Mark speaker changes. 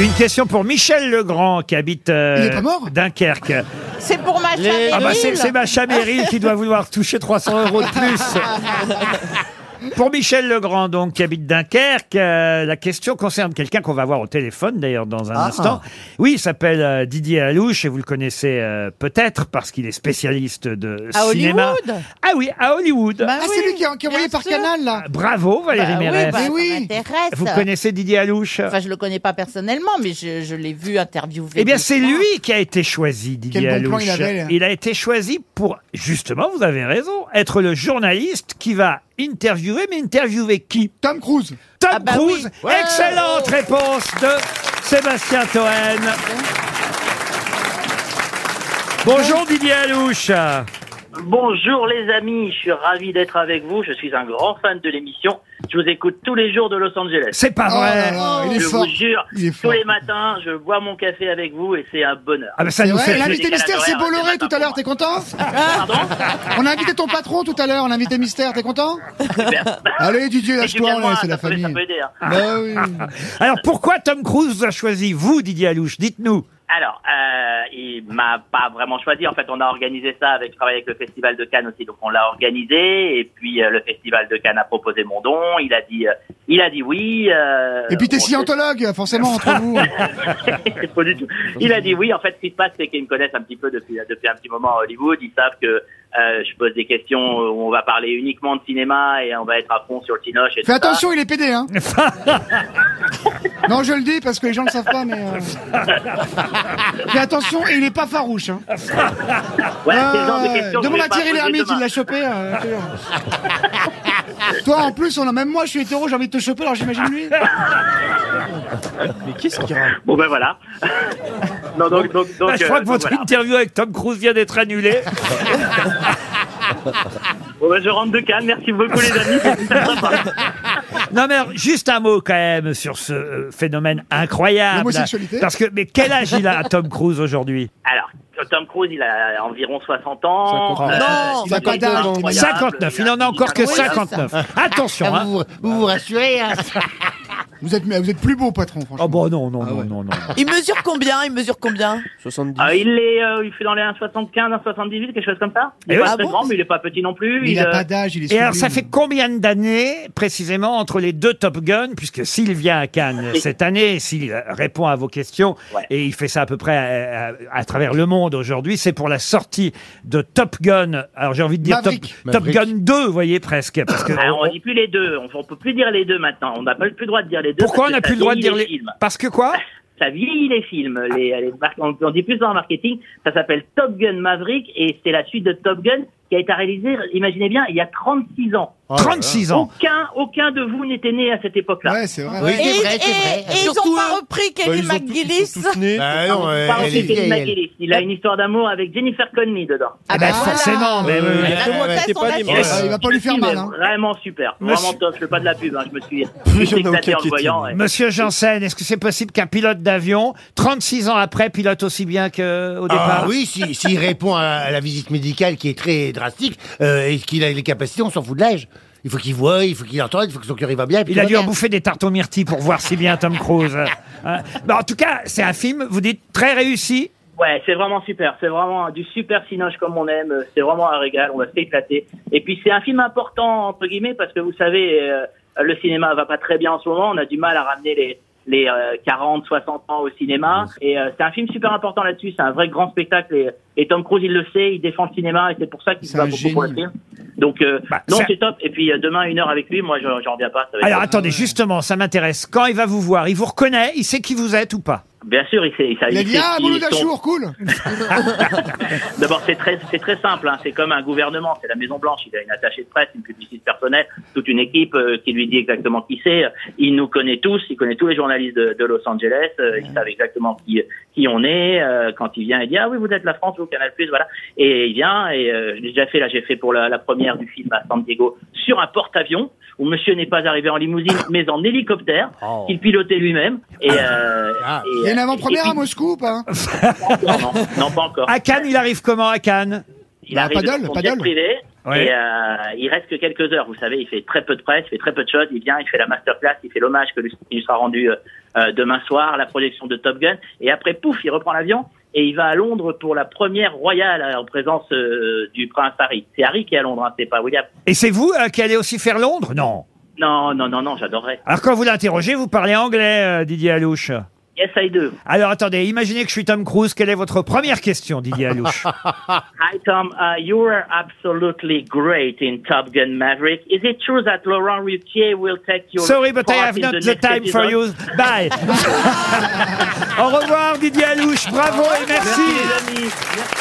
Speaker 1: Une question pour Michel Legrand qui habite euh,
Speaker 2: Il est pas mort
Speaker 1: Dunkerque.
Speaker 3: C'est pour ma
Speaker 4: Les-
Speaker 1: Ah bah c'est, c'est Macha Meryl qui doit vouloir toucher 300 euros de plus. Pour Michel Legrand, donc, qui habite Dunkerque, euh, la question concerne quelqu'un qu'on va voir au téléphone, d'ailleurs, dans un
Speaker 3: Ah.
Speaker 1: instant. Oui, il s'appelle euh, Didier Alouche, et vous le connaissez euh, peut-être parce qu'il est spécialiste de
Speaker 3: À
Speaker 1: cinéma.
Speaker 3: Hollywood
Speaker 1: Ah oui, à Hollywood.
Speaker 2: Ah, c'est lui qui est qui est envoyé par Canal,
Speaker 5: Ah.
Speaker 2: là
Speaker 1: Bravo, Valérie
Speaker 3: Bah oui,
Speaker 1: Mérès.
Speaker 3: bah,
Speaker 2: Mais
Speaker 3: ça
Speaker 2: oui.
Speaker 3: m'intéresse.
Speaker 1: Vous connaissez Didier Alouche
Speaker 3: Enfin, je le connais pas personnellement, mais je, je l'ai vu interviewé.
Speaker 1: Eh bien, c'est lui qui a été choisi, Didier
Speaker 2: Quel bon plan
Speaker 1: Alouche.
Speaker 2: il avait, là.
Speaker 1: a été choisi pour, justement, vous avez raison, être le journaliste qui va interviewer, mais interviewer qui
Speaker 2: Tom Cruise.
Speaker 1: Tom
Speaker 3: Ah bah
Speaker 1: Cruise.
Speaker 3: oui. Ouais.
Speaker 1: Excellente réponse de Sébastien Toen. Bonjour Didier Alouche.
Speaker 5: Bonjour les amis, je suis ravi d'être avec vous. Je suis un grand fan de l'émission. Je vous écoute tous les jours de Los Angeles.
Speaker 1: C'est pas
Speaker 2: Oh là
Speaker 1: vrai.
Speaker 2: là, il est
Speaker 5: Je
Speaker 2: fort.
Speaker 5: vous jure,
Speaker 2: Il est
Speaker 5: tous
Speaker 2: fort.
Speaker 5: les matins, je bois mon café avec vous et c'est un bonheur.
Speaker 1: Ah bah ça
Speaker 2: C'est
Speaker 1: nous
Speaker 2: vrai,
Speaker 1: fait
Speaker 2: L'invité mystère, c'est Bolloré tout à l'heure, t'es content
Speaker 5: Pardon
Speaker 2: On a invité ton patron tout à l'heure, l'invité mystère, t'es content Allez Didier,
Speaker 5: Et tu
Speaker 2: lâche-toi,
Speaker 5: viens de moi,
Speaker 2: là, c'est
Speaker 5: ça
Speaker 2: la
Speaker 5: peut- ça
Speaker 2: famille.
Speaker 5: peut aider, hein.
Speaker 2: Bah oui.
Speaker 1: Alors pourquoi Tom Cruise vous a choisi vous Didier Alouche Dites-nous.
Speaker 5: Alors, euh, il m'a pas vraiment choisi. En fait, on a organisé ça avec, je travaille avec le Festival de Cannes aussi, donc on l'a organisé. Et puis euh, le Festival de Cannes a proposé mon don. Il a dit, euh, il a dit oui. euh,
Speaker 2: Et puis t'es
Speaker 5: on-
Speaker 2: scientologue, forcément, entre vous.
Speaker 5: C'est pas du tout. Il a dit oui. En fait, ce qui se passe, c'est qu'ils me connaissent un petit peu depuis, depuis un petit moment à Hollywood. Ils savent que euh, je pose des questions où on va parler uniquement de cinéma et on va être à fond sur le tinoche. Et
Speaker 2: Fais
Speaker 5: tout
Speaker 2: attention, il est pédé, hein Non, je le dis parce que les gens le savent pas, mais... euh, Fais attention, et il est pas farouche, hein
Speaker 5: Ça. Voilà, c'est le genre de
Speaker 2: Ouais,
Speaker 5: questions que je
Speaker 2: Ah, demande
Speaker 5: vais
Speaker 2: à
Speaker 5: pas
Speaker 2: Thierry
Speaker 5: poser
Speaker 2: Lhermitte,
Speaker 5: demain.
Speaker 2: il l'a chopé. euh, je te jure. Toi, en plus, on a même moi, je suis hétéro, j'ai envie de te choper, alors j'imagine lui.
Speaker 4: Mais qu'est-ce qu'il raconte
Speaker 5: Bon ben voilà. non donc donc donc.
Speaker 1: Bah, je
Speaker 5: euh,
Speaker 1: crois que
Speaker 5: donc,
Speaker 1: votre
Speaker 5: voilà.
Speaker 1: interview avec Tom Cruise vient d'être annulée.
Speaker 5: Bon, ben, je rentre de Cannes. Merci beaucoup les amis.
Speaker 1: Non mais alors, juste un mot quand même sur ce euh, phénomène incroyable.
Speaker 2: L'homosexualité.
Speaker 1: Parce que mais quel âge il a Tom Cruise aujourd'hui
Speaker 5: Alors Tom Cruise, il a environ 60 ans. Euh,
Speaker 4: Cinquante.
Speaker 3: Non,
Speaker 2: il a pas d'âge.
Speaker 5: incroyable.
Speaker 1: 59. Il en a encore que
Speaker 3: Oui, c'est ça.
Speaker 1: 59. Attention. hein.
Speaker 6: vous, vous vous rassurez, hein.
Speaker 2: Vous êtes, vous êtes plus beau, patron, franchement.
Speaker 1: Oh bon non non non non non.
Speaker 3: Il mesure combien Il mesure combien
Speaker 4: 70.
Speaker 5: Ah, il est, euh, il fait dans les 1,75, 1,78, quelque chose comme ça. Il est
Speaker 1: Eh
Speaker 5: pas
Speaker 1: ouais.
Speaker 5: très
Speaker 3: Ah bon
Speaker 5: grand, mais il est pas petit non plus.
Speaker 2: Mais il a
Speaker 5: euh,
Speaker 2: pas d'âge, il est
Speaker 1: Et alors, ça
Speaker 2: sublime.
Speaker 1: fait combien d'années, précisément, entre les deux Top Gun, puisque s'il vient à Cannes
Speaker 5: Oui.
Speaker 1: cette année, s'il répond à vos questions,
Speaker 5: Ouais.
Speaker 1: et il fait ça à peu près à, à- à travers le monde aujourd'hui, c'est pour la sortie de Top Gun, alors j'ai envie de dire Top,
Speaker 2: Maverick.
Speaker 1: Top
Speaker 4: Maverick.
Speaker 1: Gun 2, vous voyez, presque, parce que...
Speaker 5: Ah, on dit plus les deux, on, on peut plus dire les deux maintenant. On n'a pas le plus le droit de dire les deux.
Speaker 1: Pourquoi
Speaker 5: parce
Speaker 1: on
Speaker 5: que
Speaker 1: n'a
Speaker 5: ça
Speaker 1: plus le droit de dire
Speaker 5: vieillit
Speaker 1: les...
Speaker 5: films.
Speaker 1: Parce que quoi
Speaker 5: Ça vieillit les films. Les, les mar- on, on dit plus dans le marketing. Ça s'appelle Top Gun Maverick et c'est la suite de Top Gun qui a été réalisée, imaginez bien, il y a 36 ans.
Speaker 1: 36 ans
Speaker 5: Aucun, aucun de vous n'était né à cette époque-là.
Speaker 2: Ouais, c'est vrai.
Speaker 6: Oui,
Speaker 3: Et,
Speaker 6: c'est vrai,
Speaker 3: et-
Speaker 6: c'est
Speaker 3: et
Speaker 6: vrai.
Speaker 3: ils
Speaker 4: Surtout,
Speaker 3: ont pas
Speaker 4: hein.
Speaker 3: repris
Speaker 4: Bah, ils
Speaker 3: Kelly
Speaker 4: ont tous- ils
Speaker 3: McGillis
Speaker 4: sont tous nés.
Speaker 6: Bah non, elle,
Speaker 5: Par
Speaker 6: elle
Speaker 5: Ah,
Speaker 6: est
Speaker 5: aussi Kevin
Speaker 6: vieille, elle.
Speaker 5: McGillis. Il a une histoire d'amour avec Jennifer Connelly dedans.
Speaker 3: Ah
Speaker 1: Eh ben,
Speaker 3: bah voilà.
Speaker 1: forcément, mais...
Speaker 4: Ouais,
Speaker 1: oui, oui.
Speaker 4: ouais,
Speaker 3: La
Speaker 4: ouais,
Speaker 3: grossesse,
Speaker 4: t'es
Speaker 3: on
Speaker 4: pas
Speaker 3: l'a
Speaker 4: né,
Speaker 3: su.
Speaker 4: moi.
Speaker 2: Ah, il va pas lui faire
Speaker 5: Film
Speaker 2: mal, hein.
Speaker 5: Vraiment super, vraiment
Speaker 1: Monsieur-
Speaker 5: top. Je fais pas de la pub, hein, je me suis
Speaker 4: y en a
Speaker 5: extasié
Speaker 4: aucun
Speaker 5: en
Speaker 4: qui
Speaker 5: le
Speaker 4: était
Speaker 5: voyant.
Speaker 4: né.
Speaker 5: ouais.
Speaker 1: Monsieur Janssen, est-ce que c'est possible qu'un pilote d'avion, 36 ans après, pilote aussi bien qu'au départ
Speaker 6: Ah oui, si- s'il répond à, à la visite médicale qui est très drastique euh, et qu'il a les capacités, on s'en fout de l'âge. Il faut qu'il voie, il faut qu'il entende, il faut que son cœur il va bien. et puis
Speaker 1: Il a
Speaker 6: tout
Speaker 1: dû
Speaker 6: va
Speaker 1: en
Speaker 6: bien.
Speaker 1: bouffer des tartes aux myrtilles pour voir si bien Tom Cruise. Hein. Bah, en tout cas, c'est un film, vous dites, très réussi.
Speaker 5: Ouais, c'est vraiment super. C'est vraiment du super cinoche comme on aime. C'est vraiment un régal. On va s'éclater. Et puis c'est un film important entre guillemets parce que vous savez, euh, le cinéma va pas très bien en ce moment. On a du mal à ramener les les euh, 40, 60 ans au cinéma. Et euh, c'est un film super important là-dessus. C'est un vrai grand spectacle. Et, et Tom Cruise, il le sait. Il défend le cinéma et c'est pour ça qu'il se
Speaker 2: C'est
Speaker 5: bat
Speaker 2: un
Speaker 5: beaucoup pour le
Speaker 2: génie.
Speaker 5: film. Donc euh,
Speaker 1: Bah,
Speaker 5: non,
Speaker 1: ça-
Speaker 5: c'est top. Et puis euh, demain une heure avec lui, moi je- j'en reviens
Speaker 2: Ah,
Speaker 5: pas. Ça va être
Speaker 1: Alors
Speaker 5: top.
Speaker 1: attendez, justement, ça m'intéresse. Quand il va vous voir, il vous reconnaît, il sait qui vous êtes ou pas
Speaker 5: Bien sûr, il sait. Il, sait-
Speaker 2: Il a
Speaker 5: il
Speaker 2: dit,
Speaker 5: sait
Speaker 2: ah,
Speaker 5: qui
Speaker 2: Mouloud
Speaker 5: sont-
Speaker 2: Achour, cool
Speaker 5: D'abord, c'est très, c'est très simple. hein. C'est comme un gouvernement, c'est la Maison Blanche. Il a une attachée de presse, une publiciste personnelle, toute une équipe euh, qui lui dit exactement qui c'est. Il nous connaît tous. Il connaît tous les journalistes de, de Los Angeles. euh, il savent exactement qui, qui on est. euh, quand il vient, il dit ah oui, vous êtes la France, vous Canal Plus, voilà. Et il vient. Et euh, je l'ai déjà fait. Là, j'ai fait pour la, la première du film à San Diego sur un porte-avions où Monsieur n'est pas arrivé en limousine, mais en hélicoptère
Speaker 6: Oh.
Speaker 5: qu'il pilotait lui-même. Et, euh,
Speaker 6: Ah.
Speaker 5: et,
Speaker 2: Il y a une
Speaker 5: euh,
Speaker 2: avant-première
Speaker 5: et-
Speaker 2: à Moscou ou pas hein
Speaker 5: non, non, non, pas encore.
Speaker 1: À Cannes, il arrive comment à Cannes
Speaker 5: Il
Speaker 2: Bah,
Speaker 5: arrive
Speaker 2: pas
Speaker 5: dans
Speaker 2: d'ol,
Speaker 5: son
Speaker 2: pas
Speaker 5: jet
Speaker 2: d'ol.
Speaker 5: privé
Speaker 1: Ouais.
Speaker 5: et euh, il reste que quelques heures. Vous savez, il fait très peu de presse, il fait très peu de choses. Il vient, il fait la masterclass, il fait l'hommage que lui, qui lui sera rendu euh, euh, demain soir, la projection de Top Gun, et après, pouf, il reprend l'avion et il va à Londres pour la première royale euh, en présence euh, du prince Harry. C'est Harry qui est à Londres, hein, c'est pas William.
Speaker 1: Et c'est vous euh, qui allez aussi faire Londres Non.
Speaker 5: Non, non, non, non, j'adorerais.
Speaker 1: Alors quand vous l'interrogez, vous parlez anglais, euh, Didier Alouche.
Speaker 5: Yes, I do.
Speaker 1: Alors attendez, imaginez que je suis Tom Cruise, quelle est votre première question, Didier Alouche
Speaker 5: Hi, Tom. Uh, you were absolutely great in Top Gun Maverick. Is it true that Laurent Ruquier will take your
Speaker 1: Sorry, but I
Speaker 5: part
Speaker 1: have
Speaker 5: in
Speaker 1: not
Speaker 5: the
Speaker 1: the
Speaker 5: next
Speaker 1: time for
Speaker 5: episode?
Speaker 1: you. Bye. Au revoir, Didier Alouche. Bravo et
Speaker 5: Merci,
Speaker 1: merci.
Speaker 5: les amis. Merci.